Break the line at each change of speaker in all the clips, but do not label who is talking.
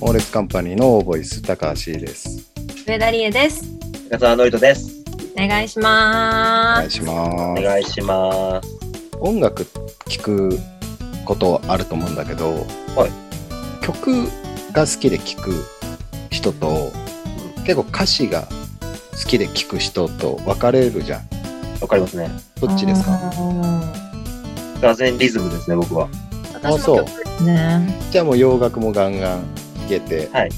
モレツカンパニーのオーボイス高橋です。
上田理恵です。
皆さん、ノイトです。
お願いし
お
ま
願い
す。
しま
お
す。
願いします。
音楽聴くことあると思うんだけど、
は
曲が好きで聴く人と、結構歌詞が好きで聴く人と分かれるじゃん。
わかりますね。
どっちですか
あー
俄然リズムですね、僕は。
あ
私
そう
も曲ですね。
じゃあもう洋楽もガンガン聴けて、
はい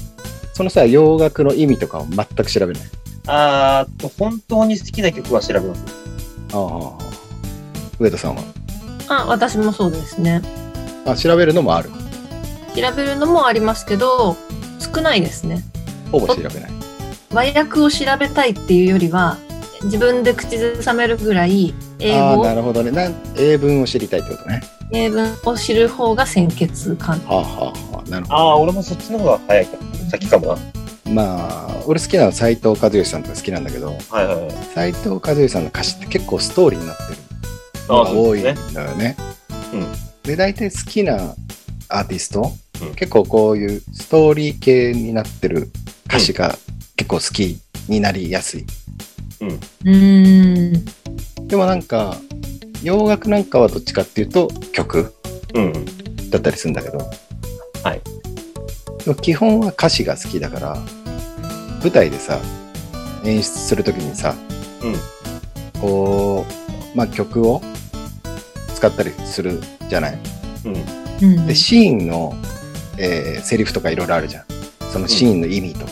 そのさ洋楽の意味とかを全く調べない。
あーっと、本当に好きな曲は調べます。
ああ上田さんは
あ、私もそうですね。
あ調べるのもある。
調べるのもありますけど、少ないですね。
ほぼ調べない。
和訳を調べたいっていうよりは、自分で口ずさめるぐらい英
ああ
語
な
を、
るほどねなん英文を知りたいってことね
英文を知る方が先決か
はあはあはあなるほ
あー、俺もそっちの方が早いか。先かもな。
どまあ俺好きなの斎藤和義さんとか好きなんだけど
はいはいはい。
斎藤和義さんの歌詞って結構ストーリーになってる
あ
の
あ、
が
そ
多
う
いん
ですね。
だよね
うん
で大体好きなアーティスト、
うん
結構こういうストーリー系になってる歌詞が結構好きになりやすい
な。うーん。
でもなんか洋楽なんかはどっちかっていうと曲
うん。
だったりするんだけど、
はい
でも基本は歌詞が好きだから舞台でさ演出する時にさ、こう、まあ、曲を使ったりするじゃない
うん。うん。
うん
でシーンの、えーセリフとかいろいろあるじゃんそのシーンの意味とか、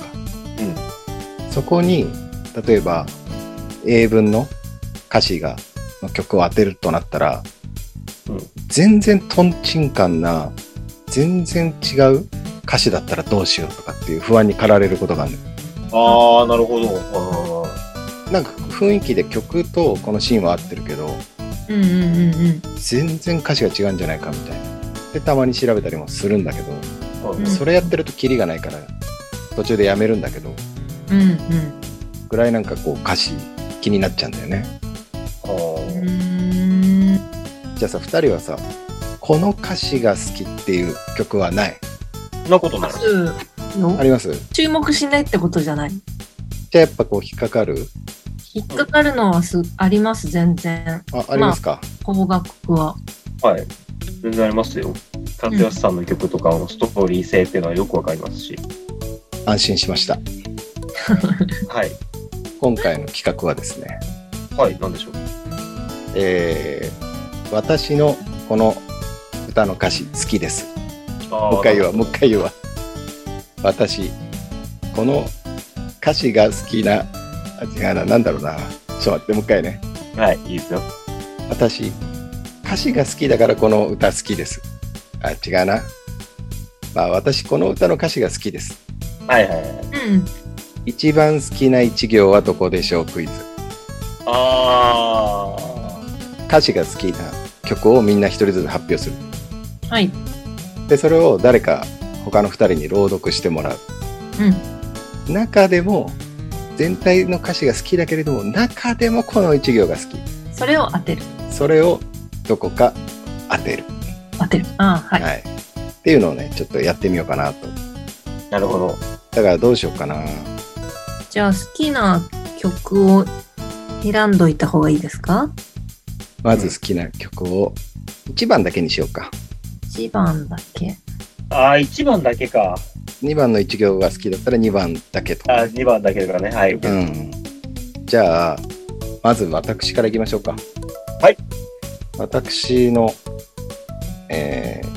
うん。
そこに例えば英文の歌詞がの曲を当てるとなったら、
うん
全然トンチンカンな全然違う歌詞だったらどうしようとかっていう不安に駆られることがあるのよ
あー、なるほど。あ
なんか雰囲気で曲とこのシーンは合ってるけど
うんうんうんうん。
全然歌詞が違うんじゃないかみたいなでたまに調べたりもするんだけど、
ーうん
うん
それやってるとキリがないから途中でやめるんだけど
うん
ぐらいなんかこう歌詞気になっちゃうんだよね
あー
うん。うーん。
じゃあさ2人はさこの歌詞が好きっていう曲はない
そんなことない。
そうよ
あります
注目しないってことじゃない。
じゃあやっぱこう引っかかる
引っかかるのはすあります、全然。
あありますか、
邦楽は。
はい。全然ありますよ。カンテヤスさんの曲とかのストーリー性っていうのはよくわかりますし。
安心しました
はい。
今回の企画はですね
はい、なんでしょう。
えー私のこの歌の歌詞好きです
あー
もう一回言うわもう一回言うわ私この歌詞が好きなあ違うななんだろうなちょっと待ってもう一回ね
はい、いいですよ。
私歌詞が好きだからこの歌好きですあ違うなまあ私この歌の歌詞が好きです
はいはいはい。
うん。
一番好きな一行はどこでしょうクイズ
あ
歌詞が好きな曲をみんな一人ずつ発表する
はい。
でそれを誰か他の二人に朗読してもら
う
う
ん。
中でも全体の歌詞が好きだけれども中でもこの一行が好き
それを当てる。
それをどこか当てる、
当てる。あはい。
はい、っていうのをねちょっとやってみようかなと
ーなるほど。
だからどうしようかな
じゃあ、好きな曲を選んどいた方がいいですか
まず好きな曲を1番だけにしようか
?1 番だけ。
ああ、1番だけか。
2番の一行が好きだったら2番だけと
あ
か、
ー2番だけだね。はい。
うん、じゃあまず私からいきましょうか
はい
私の、えー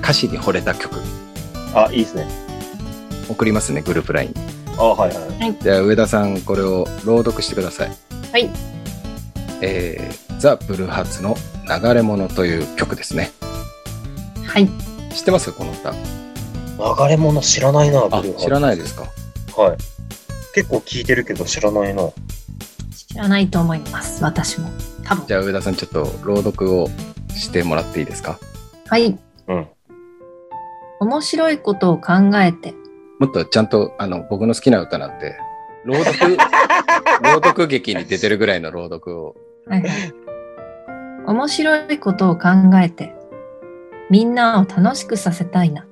歌詞に惚れた曲
あ、いいですね。
送りますねグループ LINE に
あはいはい。
じゃあ上田さんこれを朗読してください
はい。
えーザ・ブルーハーツの「流れ物」という曲ですね
はい。
知ってますかこの歌
流れ物知らないな、
あ知ら
な
ないですか
い。はい。結構聞いてるけど知らないな。は
知らないと思います。私も。多分。
じゃあ上田さんちょっと朗読をしてもらっていいですか
はい。
うん。
面白いことを考えて。
もっとちゃんとあの僕の好きな歌なんて朗読朗読劇に出てるぐらいの朗読を
はいはい。面白いことを考えて。みんなを楽しくさせたいな。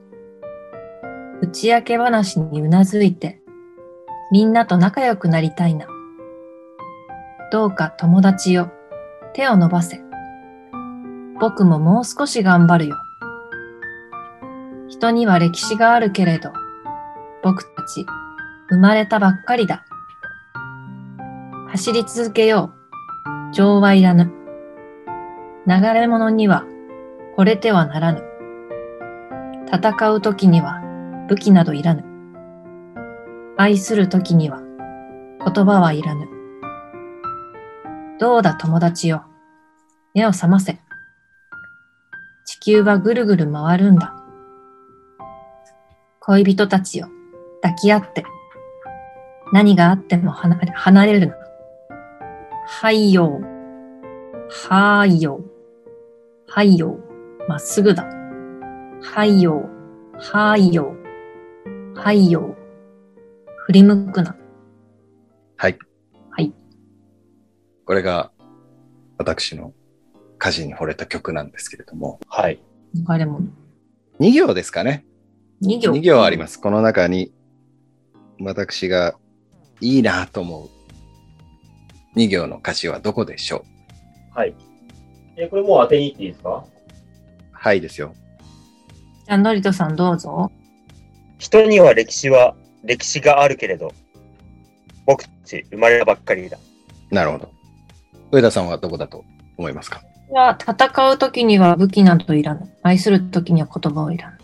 打ち明け話にうなずいて、みんなと仲良くなりたいな。どうか友達よ、手を伸ばせ。僕ももう少し頑張るよ。人には歴史があるけれど、僕たち、生まれたばっかりだ。走り続けよう。情はいらぬ。流れ物には、惚れてはならぬ。戦う時には、武器などいらぬ。愛する時には、言葉はいらぬ。どうだ友達よ。目を覚ませ。地球はぐるぐる回るんだ。恋人たちよ。抱き合って。何があっても離れ離れるな。はいよ。はーいよ。はいよ。まっすぐだ。はいよ。はーいよ。はいよ。振り向くな。
はい。
はい。
これが私の歌詞に惚れた曲なんですけれども、
はい。
流れ物。
2行ですかね。
2行。
2行あります。この中に私がいいなと思う2行の歌詞はどこでしょ
はい。え、これもう当てに行っていいですか
うはいですよ。
じゃあ、のりとさんどうぞ。
人には歴史は歴史があるけれど僕たち生まれたばっかりだ
なるほど。上田さんはどこだと思いますか
は戦う時には武器などいらぬ。愛する時には言葉をいらぬ。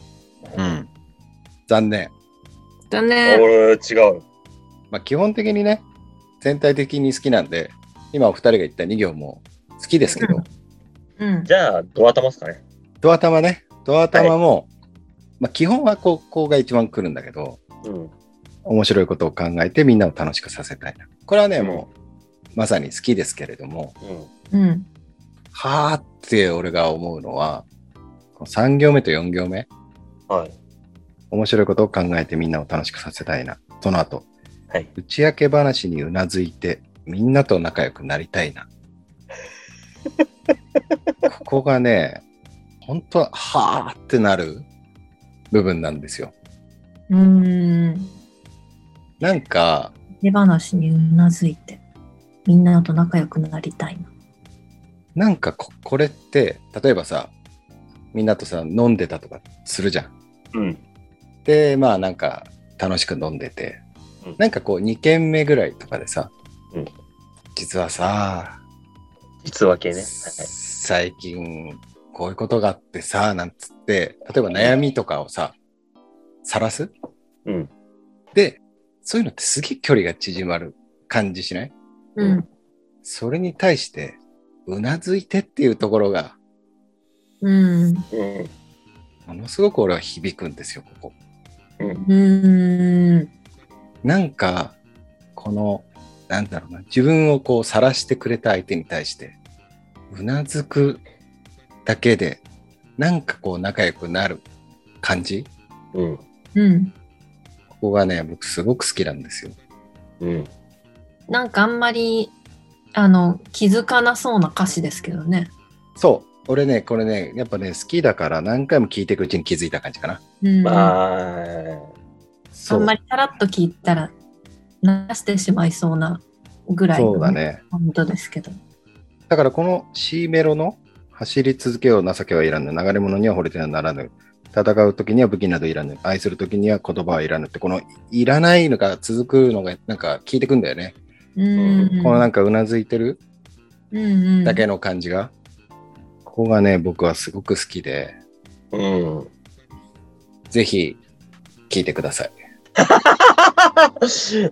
うん。残念。
だ
お
ね。
ー違う
まあ、基本的にね、全体的に好きなんで、今お二人が言った2行も好きですけど、
うん。
じゃあドアタマっすかね
ドア玉ね、ドア玉も、まあ、基本はこう、こうが一番来るんだけど、
うん。
面白いことを考えてみんなを楽しくさせたいな。これはね、
うん
もう、まさに好きですけれども、
うん。
うん。
はーって俺が思うのは、この3行目と4行目、
はい。
面白いことを考えてみんなを楽しくさせたいな。その後、
はい
打ち明け話にうなずいて、みんなと仲良くなりたいな。 ここがね、本当は、はーってなる部分なんですよ。
うーん。
なんか、
手話にうなずいて、みんなと仲良くなりたいな。
なんかここれって、例えばさ、みんなとさ、飲んでたとかするじゃん。
うん。
で、まあなんか楽しく飲んでて、
うん
なんかこう2軒目ぐらいとかでさ、
うん
実はさ、
実話系ね、はい、
最近こういうことがあってさなんつって例えば悩みとかをささらす
うん。
でそういうのってすげえ距離が縮まる感じしない
うん。
それに対してうなずいてっていうところが
うん。
うん。
ものすごく俺は響くんですよここ
うーん。
なんかこのなんだろうな自分をこうさらしてくれた相手に対してうなずくだけでなんかこう仲良くなる感じ
うん。
うん。
ここがね、僕すごく好きなんですよ。
うん。
なんかあんまり、あの、気づかなそうな歌詞ですけどね。
そう。俺ね、これね、やっぱね、好きだから何回も聞いていくうちに気づいた感じかな。
うん。
まあ
あ
そ
ん
う
ま。りさらっと聞いたら、流してしまいそうなぐらい
そうだ
の
ね。
本当ですけど。
だからこの C メロの走り続けよう情けはいらぬ、流れ物には惚れてはならぬ、戦う時には武器などいらぬ、愛する時には言葉はいらぬって、このいらないのが続くのがなんか聞いてくんだよね。
うん。
このなんかうなずいてる
うんうん
だけの感じが。ここがね、僕はすごく好きで、
うん。
ぜひ聞いてください。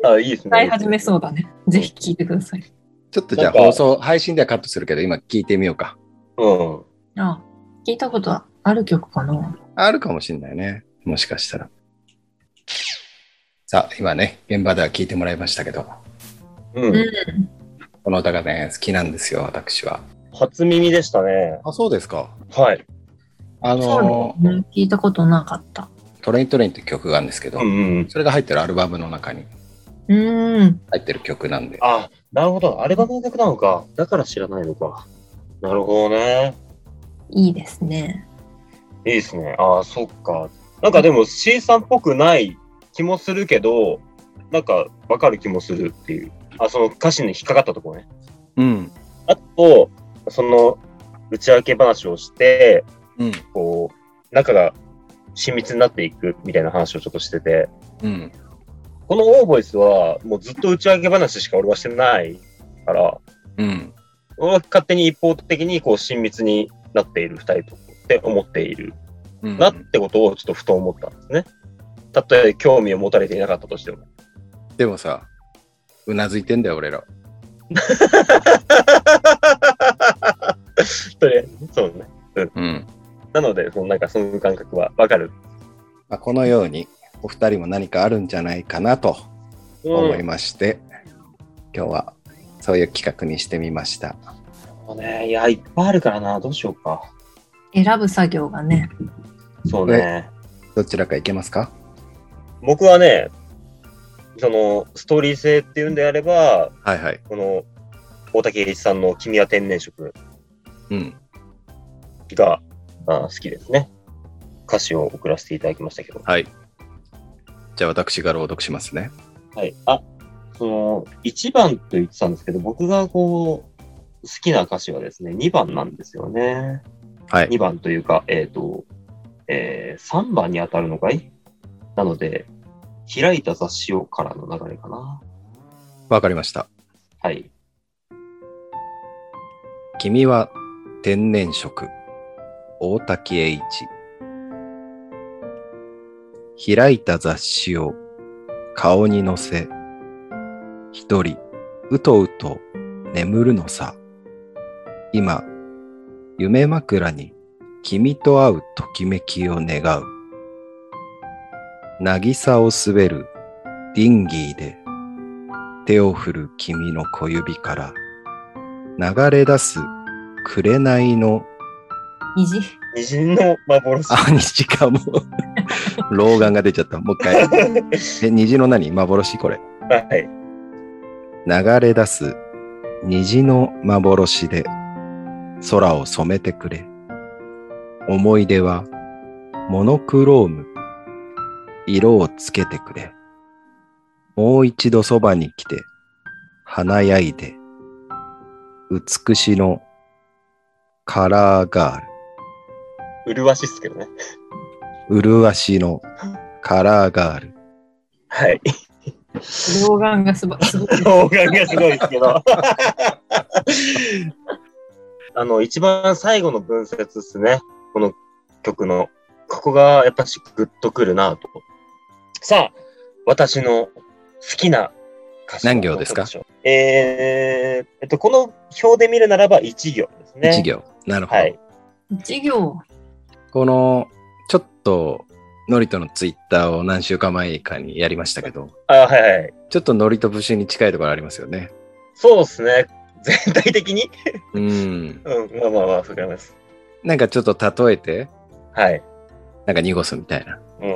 あいいですね
歌い始めそうだね。ぜひ聞いてください。
ちょっとじゃあ
なんか
放送、配信ではカットするけど、今聞いてみようか。
うん。
あ聞いたことある曲かな
あるかもしれないね。もしかしたら。さあ、今ね、現場では聞いてもらいましたけど、
うん。
この歌がね、好きなんですよ、私は。
初耳でしたね
あ、そうですか。
はい
あ
そ
の
う、ね。聞いたことなかった。
トレイントレインって曲があるんですけど、
うん。うん。
それが入ってるアルバムの中に
うーん。
入ってる曲なんで、
あ
なるほど。アルバムの曲なのか。だから知らないのか。なるほどね。
いいですね。
いいですねあそっか
なんかでも C さんっぽくない気もするけど、なんかわかる気もするっていう。あ、その歌詞に引っかかったところね。
うん。
あと、その、打ち明け話をして、
うん。
こう、仲が親密になっていくみたいな話をちょっとしてて、
うん。
このオーボイスは、もうずっと打ち明け話しか俺はしてないから、
うん。
俺は勝手に一方的にこう親密になっている二人とって思っている
うん
なってことをちょっとふと思ったんですね。たとえ興味を持たれていなかったとしても。
でもさ、うなずいてんだよ、俺ら。
とりあえずね、そうね。
うん。
なので、そのなんかその感覚はわかる。
まあ、このように、お二人も何かあるんじゃないかなと思い
ま
まして、今日はそういう企画にしてみました。
すね。いや、いっぱいあるからな、どうしようか。
選ぶ作業がね。
そうね。
どちらかいけますか
僕はね、そのストーリー性っていうんであれば、
はいはい。
この大竹栄一さんの君は天然色
うん。
があ好きですね。歌詞を送らせていただきましたけど。
はい。じゃあ私が朗読しますね。
はい。あ、その、1番と言ってたんですけど、僕がこう、好きな歌詞はですね、2番なんですよね。
はい。
2番というか、えっ、と、えー、3番に当たるのかいなので、開いた雑誌をからの流れかな。
わかりました。
はい。
君は天然色。大滝栄一。開いた雑誌を顔に乗せ、一人、うとうと眠るのさ。今、夢枕に君と会うときめきを願う。渚を滑るディンギーで手を振る君の小指から流れ出す紅の
虹。
虹の幻。
あ、虹かも。老眼が出ちゃった。もう一回。え、虹の何幻これ。
はい。
流れ出す虹の幻で空を染めてくれ。思い出はモノクローム。色をつけてくれ。もう一度そばに来て、華やいで。美しのカラーガール。
麗しいっすけどね。
麗しのカラーガール。
はい。
老眼がすばすごい。
老眼がすごいですけど。 あの、一番最後の文節ですね。この曲の。ここがやっぱしグッとくるなと。さあ、私の好きな歌詞は
何行ですか
どうしょうえー、えっと、この表で見るならば1行ですね。
一。行。なるほど。
はい。
一 行。
この、ちょっと、ノリとのツイッターを何週間前かにやりましたけど、
あ、はいはい。
ちょっとノリと節に近いところありますよね。
そうですね。全体的に。
うん。
うん、まあまあまあ、わかります。
なんかちょっと例えて、
はい。
なんか濁すみたいな。
うん。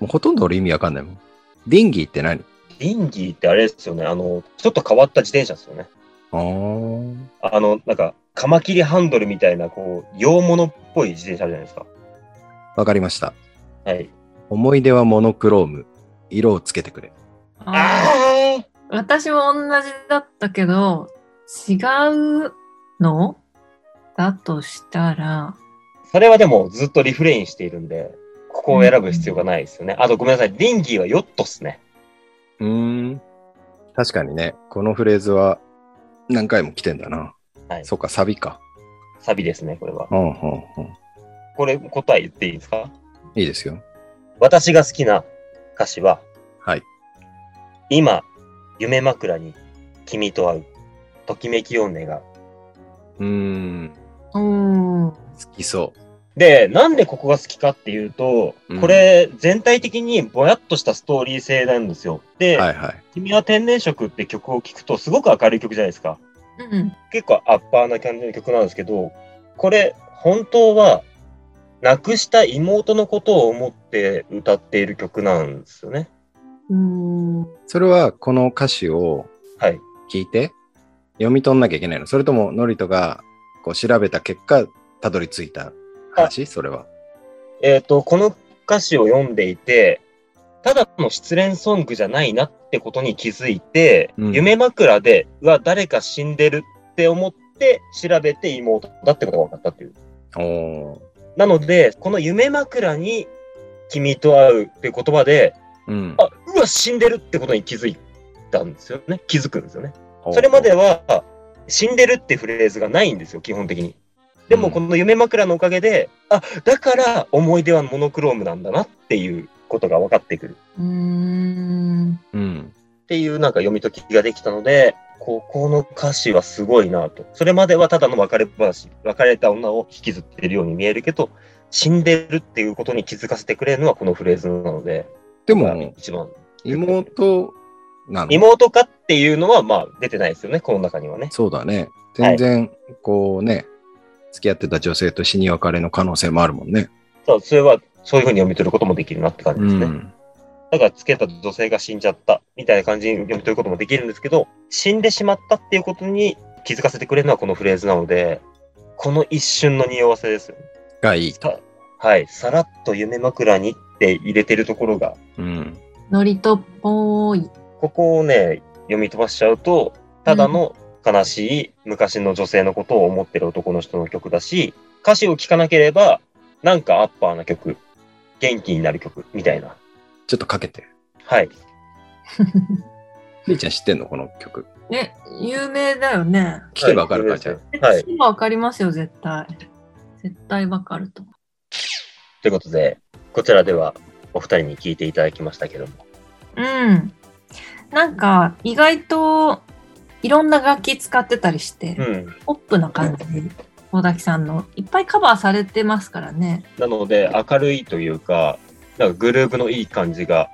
もうほとんど俺意味わかんないもん。ディンギーって何
リンギーってあれですよね。あの、ちょっと変わった自転車ですよね。
あー
あの、なんか、カマキリハンドルみたいな、こう、洋物っぽい自転車あるじゃないですか。
わかりました。
はい。
思い出はモノクローム。色をつけてくれ。
あー
ああ
私も同じだったけど、違うのだとしたら、
それはでも、ずっとリフレインしているんで、ここを選ぶ必要がないですよね。あと、ごめんなさい。リンギーはヨットっすね。
うーん。確かにね、このフレーズは何回も来てんだな。
はい
そうか、サビか。
サビですね、これは。
うんうんうん。
これ、答え言っていいですか
いいですよ。
私が好きな歌詞は、
はい。
今、夢枕に君と会う。ときめきを願う。
うーん。
うーん。
好きそう。
で、なんでここが好きかっていうと
うん、
これ、全体的にぼやっとしたストーリー性なんですよ。で、
はいはい。
君は天然色って曲を聴くとすごく明るい曲じゃないですか。
うん。
結構アッパーな感じの曲なんですけど、これ本当は亡くした妹のことを思って歌っている曲なんですよね。
うーん。
それはこの歌詞を
はい。
聞いて読み取んなきゃいけないのそれともノリトがこう調べた結果たどり着いた話それは。
えっ、と、この歌詞を読んでいて、ただの失恋ソングじゃないなってことに気づいて、
うん
夢枕で、うわ、誰か死んでるって思って調べて妹だってことが分かったっていう。
おー
なので、この夢枕に君と会うっていう言葉で、
うん。
あ、うわ、死んでるってことに気づいたんですよね。気づくんですよね。
おー
それまでは、死んでるってフレーズがないんですよ、基本的に。でも、この夢枕のおかげで、あ、だから思い出はモノクロームなんだなっていうことが分かってくる
うーん。
うん。
っていうなんか読み解きができたので、ここの歌詞はすごいなと。それまではただの別れ話、別れた女を引きずってるように見えるけど、死んでるっていうことに気づかせてくれるのはこのフレーズなので、
でも、
一番。
妹なの
妹かっていうのは、まあ、出てないですよね、この中にはね。
そうだね。全然、こうね、付き合ってた女性と死に別れの可能性もあるもんね。
そう、それは、そういうふうに読み取ることもできるなって感じですね。
ん。
だから、つけた女性が死んじゃった、みたいな感じに読み取ることもできるんですけど、死んでしまったっていうことに気づかせてくれるのはこのフレーズなので、この一瞬の匂わせですよね。
がいいと。
さはい。さらっと夢枕にって入れてるところが、
うん。
ノリとっぽ い。
ここをね、読み飛ばしちゃうと、ただの悲しい昔の女性のことを思ってる男の人の曲だし、歌詞を聴かなければ、なんかアッパーな曲、元気になる曲、みたいな。
ちょっとかけて。
はい。
みーちゃん知ってんのこの曲。
ね、有名だよね。
聞けばわかるか、
はい
じゃあ。
はい。
今わかりますよ、絶対。絶対わかると。
ということで、こちらではお二人に聞いていただきましたけども。
うん。なんか、意外と、いろんな楽器使ってたりして、
うん。
ポップな感じ。大滝さんの、いっぱいカバーされてますからね。
なので、明るいというか、なんかグルーヴのいい感じが、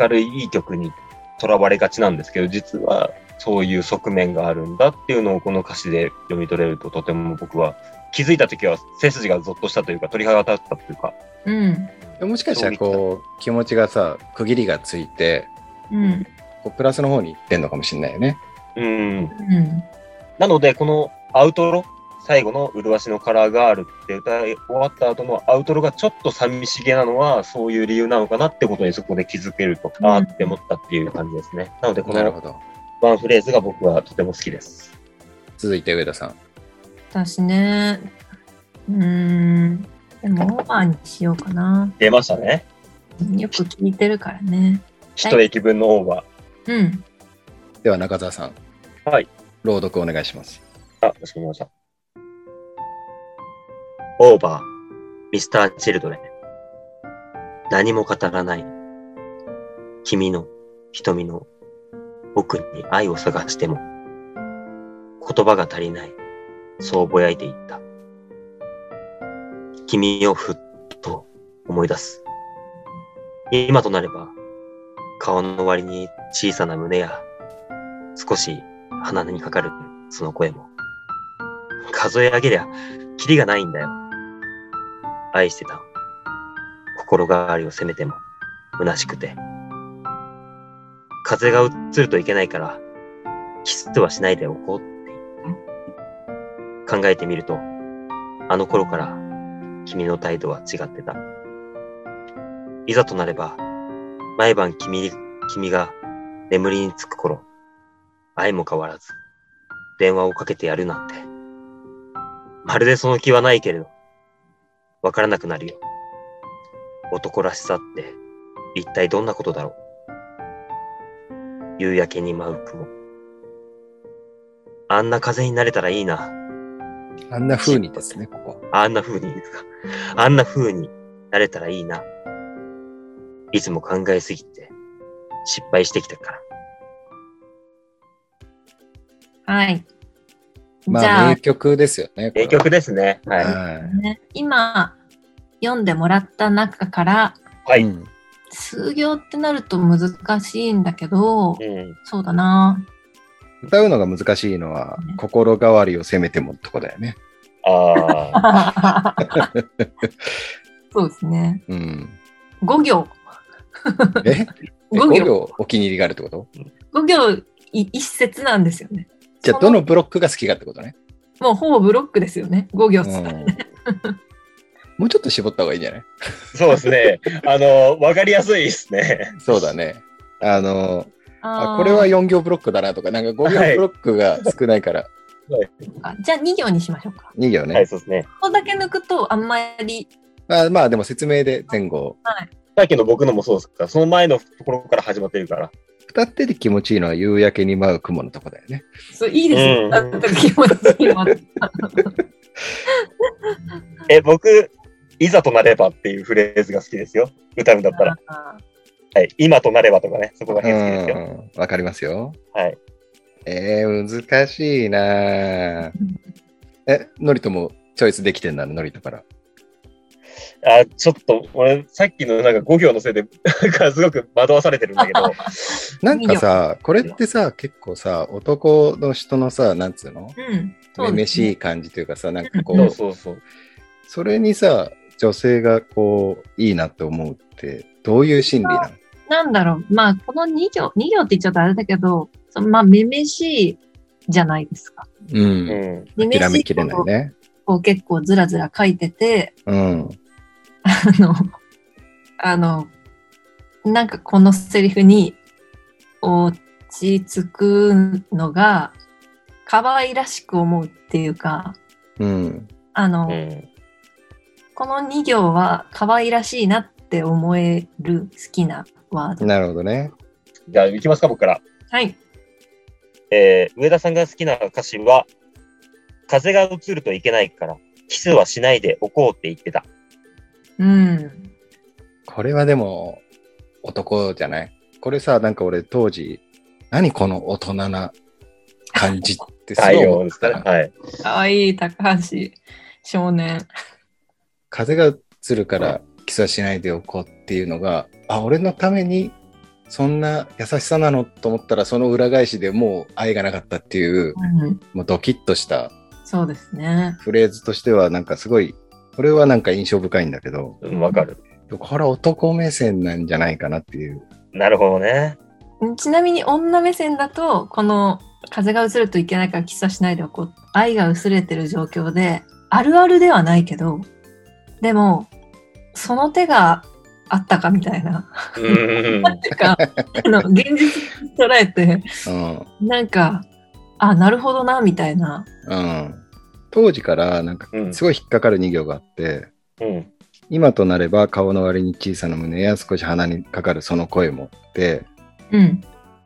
明るいいい曲にとらわれがちなんですけど、実はそういう側面があるんだっていうのをこの歌詞で読み取れると、とても僕は気づいた時は背筋がゾッとしたというか、鳥肌立ったというか、
うん。
もしかしたら、こう、気持ちがさ、区切りがついて、
うん。
こうプラスの方に行ってんのかもしれないよね。
うん。
うん。
なので、このアウトロ、最後の麗しのカラーガールって歌い終わった後のアウトロがちょっと寂しげなのは、そういう理由なのかなってことにそこで気づけると、
うん
あーって思ったっていう感じですね。なので、こ
なる
の
ほど。
ワンフレーズが僕はとても好きです。
続いて、上田さん。
私ね、うーん。でも、オーバーにしようかな。
出ましたね。
よく聞いてるからね。
一駅分のオーバ
うん。
では、中澤さん。
はい。
朗読お願いします。
ー。あ、かしこまりました。オーバー、ミスター・チルドレン。何も語らない。君の瞳の奥に愛を探しても、言葉が足りない。そうぼやいていった。君をふっと思い出す。今となれば、顔の割に小さな胸や、少し鼻にかかるその声も。数え上げりゃ、キリがないんだよ。愛してた。心変わりを責めても、虚しくて。風が移るといけないから、キスはしないでおこうって。考えてみると、あの頃から君の態度は違ってた。いざとなれば、毎晩君に、君が眠りにつく頃、愛も変わらず、電話をかけてやるなんて。まるでその気はないけれど、わからなくなるよ。男らしさって、一体どんなことだろう。夕焼けに舞う雲。あんな風になれたらいいな。
あんな風にですね、ここ。
あんな風にですか。あんな風になれたらいいな。いつも考えすぎて、失敗してきたから。
はい。じ
ま
ゃ
あ、
あ、
名曲ですよね。これ
名
は
曲ですね。は
は。
ね、今、読んでもらった中から、
い。はいい。
うん
数行ってなると難しいんだけど、
うん。
そうだな。
歌うのが難しいのは
ね、
心変わりを責めてもってとこだよね。
あ あ。
そうですね。
うん。
5行。
え
五
5
行
行お気に入りがあるってこと
5行い一節なんですよね。
じゃあ、
そ
ど
の
のブロックが好きかってことね。
もうほぼブロックですよね。5行っつったら
うんもうちょっと絞った方がいいんじゃない
そうですね。あの、わかりやすいですね。
そうだね。あの、
あ
あ
ー
これは4行ブロックだなとか、なんか5
は
行ブ
い
ロックが少ない から、
あじゃあ2行にしましょうか。
2行ね。
はい、そうですね。
ここだけ抜くとあんまり、
あまあでも説明で前後、
さっきの僕のもそうですから、その前のところから始まってるから。
二手で気持ちいいのは夕焼けに舞う雲のとこだよね。
そういいです
う
ね。
ん
なんか気持ちいいわ
え、僕、いざとなればっていうフレーズが好きですよ。歌うんだったら。
あー
はい。今となればとかね、そこが
う
変好きですよ。
ん、わかりますよ。
はい。
えー、難しいなあえ、のりともチョイスできてんなの、のりとから。
あ、ちょっと、俺、さっきのなんか5行のせいで、なんかすごく惑わされてるんだけ ど、
なんかさ、これってさ、結構さ、男の人のさ、なんつうの
うん。
めめし
い。
い感じというかさ、なんかこ
そうう、そうそう。
それにさ、女性がこう、いいなって思うって、どういう心理なの
なんだろう。まあ、この2行、2行って言っちゃうとあれだけど、そのまあ、めめしいじゃないですか。
う。
うんん。
めめ
諦
し
め
い
きれ
こ
な
と
い
を
ね。
こう結構ずらずら書いてて、
うん。
あの、あの、なんかこのセリフに落ち着くのが可愛らしく思うっていうか、
うん。
あの、
うん。
この2行は可愛らしいなって思える好きなワード。
なるほどね。
じゃあ、行きますか、僕から。
はい。
えー上田さんが好きな歌詞は、風が映るといけないから、キスはしないでおこうって言ってた。
うん。
これはでも、男じゃないこれさ、なんか俺当時、何この大人な感じってすごい
対
思っ
応で
て
す
た
ね。
な。
はい。
可愛い高橋少年。
風が映るからキスはしないでおこうっていうのが、あ、俺のためにそんな優しさなのと思ったら、その裏返しでもう愛がなかったっていう、
うん。
もうドキッとした
そうですね。
フレーズとしては、なんかすごい、これはなんか印象深いんだけど、
うんわかる。
これは男目線なんじゃないかなっていう。
なるほどね。
ちなみに女目線だと、この風が移るといけないからキスはしないでおこう。愛が薄れてる状況で、あるあるではないけど、でも、その手があったかみたいな。
うーん。
なんていう か、あの、現実に捉えて、
うん。
なんか、あ、なるほどな、みたいな。
うん、当時からなんか
うん
すごい引っかかる2行があって、
うん。
今となれば顔の割に小さな胸や少し鼻にかかるその声もって
うん。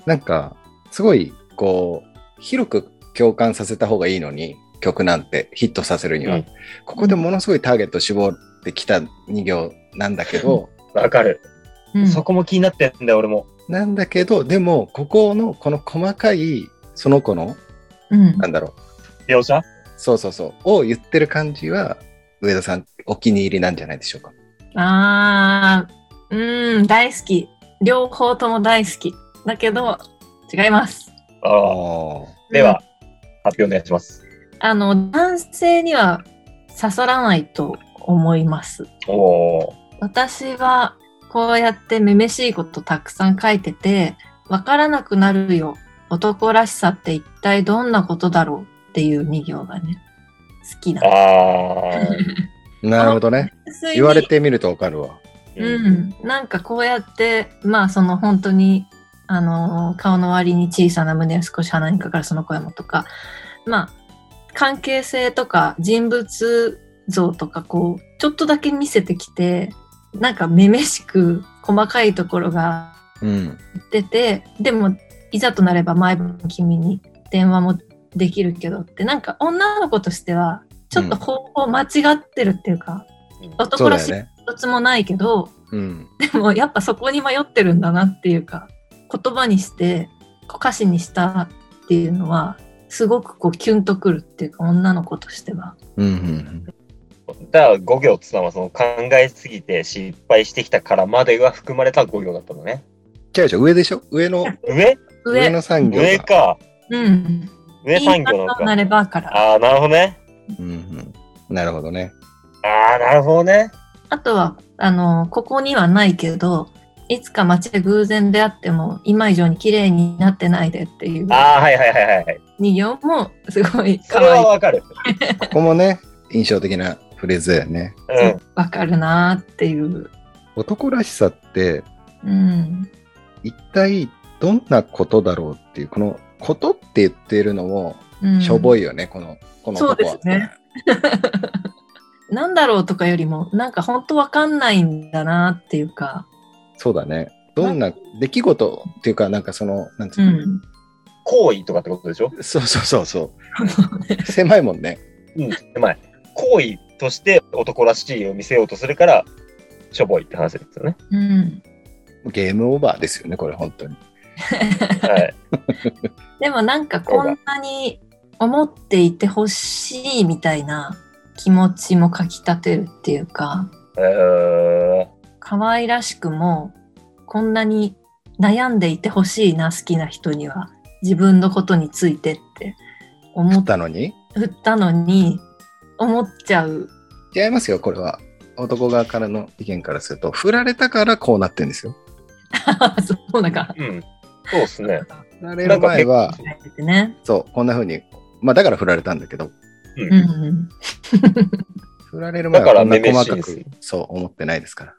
なんかすごいこう広く共感させた方がいいのに曲なんてヒットさせるには、
うん
ここでものすごいターゲット絞ってきた2行なんだけど、
わかる。
うん、
そこも気になってんだよ、俺も。
なんだけどでもここのこの細かいその子の
うん
なんだろう
描写
そうそうそうを言ってる感じは上田さんお気に入りなんじゃないでしょうか。
あー、うん、大好き。両方とも大好き。だけど、違います。
ああ。
あー
では、発表お願いします。
あの、男性には刺さらないと思います。
おお。
私は、こうやってめめしいことたくさん書いてて、わからなくなるよ。男らしさって一体どんなことだろうっていう2行がね、好きな。
ああ。
なるほどね。
純粋に
言われ。てみるとわかるわ。
う。ん。なんかこうやって、まあその本当に、あの、顔の割に小さな胸や少し鼻にかかるその声もとか、まあ、関係性とか人物像とかこう、ちょっとだけ見せてきて、なんかめめしく細かいところが
うん。
出て、でも、いざとなれば毎晩君に電話もできるけどって、なんか女の子としては、ちょっと方法間違ってるっていうか、
そ
男
う
ら
だよ
しい
ね。
一つもないけど、
うん。
で もやっぱそこに迷ってるんだなっていうか言葉にしてこう歌詞にしたっていうのはすごくこうキュンとくるっていうか女の子としては。
うんうん
だから5行ってのは、その考えすぎて失敗してきたからまでが含まれた5行だったのね。
違う違う、上でしょ上の、
上
上の
上
産業が。
上か。
うん。
上
いい
3
な
行なの
とな
か。
ればから。
ああ、なるほどね。
うんうん。なるほどね。
ああ、なるほどね。
あとはあのここにはないけどいつか街で偶然出会っても今以上に綺麗になってないでっていう
ああ、はいはいはいはいはい。
二行もすごい
そ
可
れは
愛い。
わかる。
ここもね、印象的なフフレーズだよね。
うん。
わかるなーっていう。
男らしさって、
うん。
一体どんなことだろうっていう、このことって言ってるのも、
うん、
しょぼいよね、この、この
そう
男
で
は。
すね。なんだろうとかよりも、なんか本当わかんないんだなっていうか。
そうだね。どんな出来事っていうか、なんかその、なんつう
う
の、
ん。
行為とかってことでしょ
そうそうそう そう。狭いもんね。
うん。まあ、行為として男らしいを見せようとするから、しょぼいって話ですよね。
うん。
ゲームオーバーですよね、これ、本当に。
はい。
でもなんかこんなに思っていてほしいみたいな気持ちもかきたてるっていうか、
えー、
可愛らしくも、こんなに悩んでいてほしいな、好きな人には。自分のことについてって思
思
っ
ったのに
振ったのに、思っちゃう。
違いますよ、これは。男側からの意見からすると、振られたからこうなってるんですよ。
そうなんか。
うん。そうですね。
振られる前は、
ってね。
そう、こんな風に、まあだから振られたんだけど、
うんうん。
振られる前は
だか
こ
ら
んな細
女
か
々しい
く、そう思ってないですから。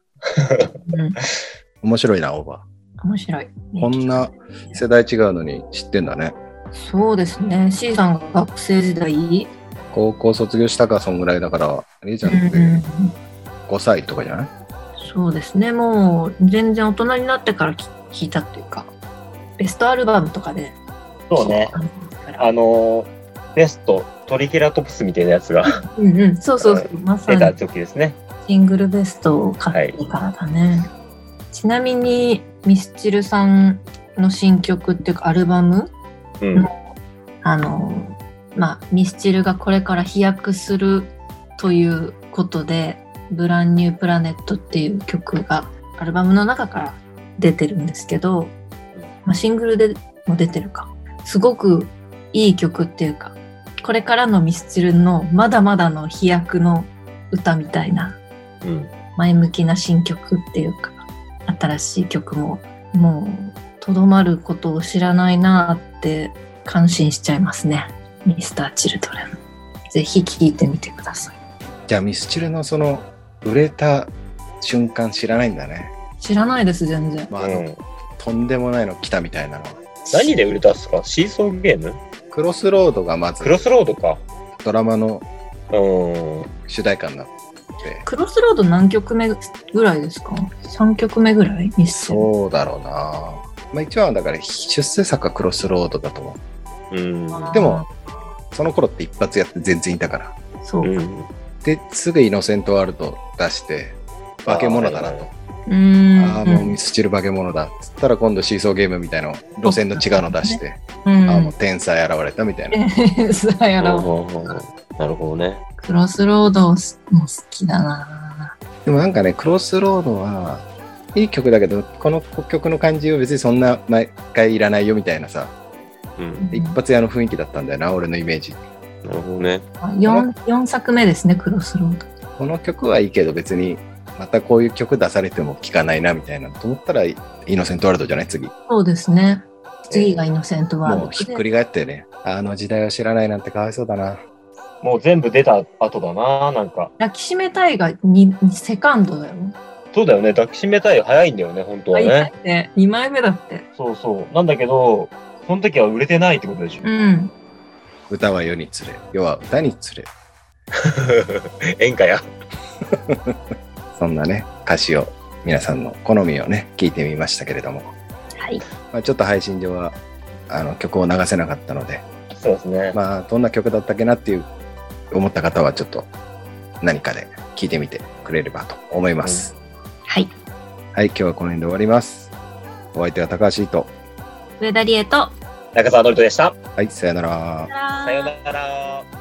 うん、
面白いな、オーバ
面白い。
ー。こんな世代違うのに知ってんだね。
そうですね。C さんが学生時代、
高校卒業したか、そんぐらいだから、りえちゃんって
うん
5歳とかじゃない
そうですね。もう全然大人になってからき聞いたっていうか、ベストアルバムとかで
そうね。
聞いたから。
あのー、ベスト、トリケラトプスみたいなやつが
うんうん。そうそうそう。まさ
出た
に
時ですね。
シングルベストを買ってからだね。ちなみにミスチルさんの新曲っていうかアルバム
うん。
あの、まあ、ミスチルがこれから飛躍するということで、ブランニュープラネットっていう曲がアルバムの中から出てるんですけど、まあ、シングルでも出てるか。すごくいい曲っていうか、これからのミスチルのまだまだの飛躍の歌みたいな
うん。
前向きな新曲っていうか新しい曲ももうとどまることを知らないなーって感心しちゃいますねミスターチルドレンぜひ聴いてみてください
じゃあ、ミスチルのその、売れた瞬間知らないんだね。
知らないです全然
まあ、あの、
うん
とんでもないの来たみたいなの。
何で売れたっすかシーソーゲーム
クロスロードがまず
クロスロードか。
ドラマの
うん。
主題歌になって、
クロスロード何曲目ぐらいですか3曲目ぐらいミスチル
そうだろうな。まあ一番だから出世作はクロスロードだと思う。
うん。。
でもその頃って一発やって全然いたから。
そうううん
で、すぐイノセントワールド出して、化け物だなと。
ーん
ああー、もうミスチル化け物だ。つったら今度シーソーゲームみたいな路線の違うの出して、
うん
ああ、もう天才現れたみたいな。
さあやろう
なるほどね。
クロスロードも好きだな
でもなんかね、クロスロードは、いい曲だけど、この曲の感じを別にそんな毎回いらないよみたいなさ、
うん。
一発屋の雰囲気だったんだよな、俺のイメージ。
なるほどね。
4, 4作目ですねクロスロード
この曲はいいけど別にまたこういう曲出されても聴かないなみたいなと思ったらイノセントワールドじゃない次
そうですね。次がイノセントワールド
もう
で。
ひっくり返ったよねあの時代を知らないなんてかわいそうだな
もう全部出た後だな、なんか。
抱きしめたいがににセカンドだよ。
そうだよね。抱きしめたい早いんだよね、本当はね。
ね。2枚目だって。
そうそう。なんだけど、その時は売れてないってことでしょ。
うん。
歌は世につれ世は歌につれ
演歌や。
そんなね歌詞を皆さんの好みをね聞いてみましたけれども、
はい。
まあ、ちょっと配信上はあの曲を流せなかったので
そうですね。
まあどんな曲だったっけなっていう思った方はちょっと何かで聴いてみてくれればと思います、
はい。
はい今日はこの辺で終わりますお相手は高橋伊藤
上田理恵と。
中澤のりとでした。
はい、さよなら。
さようなら。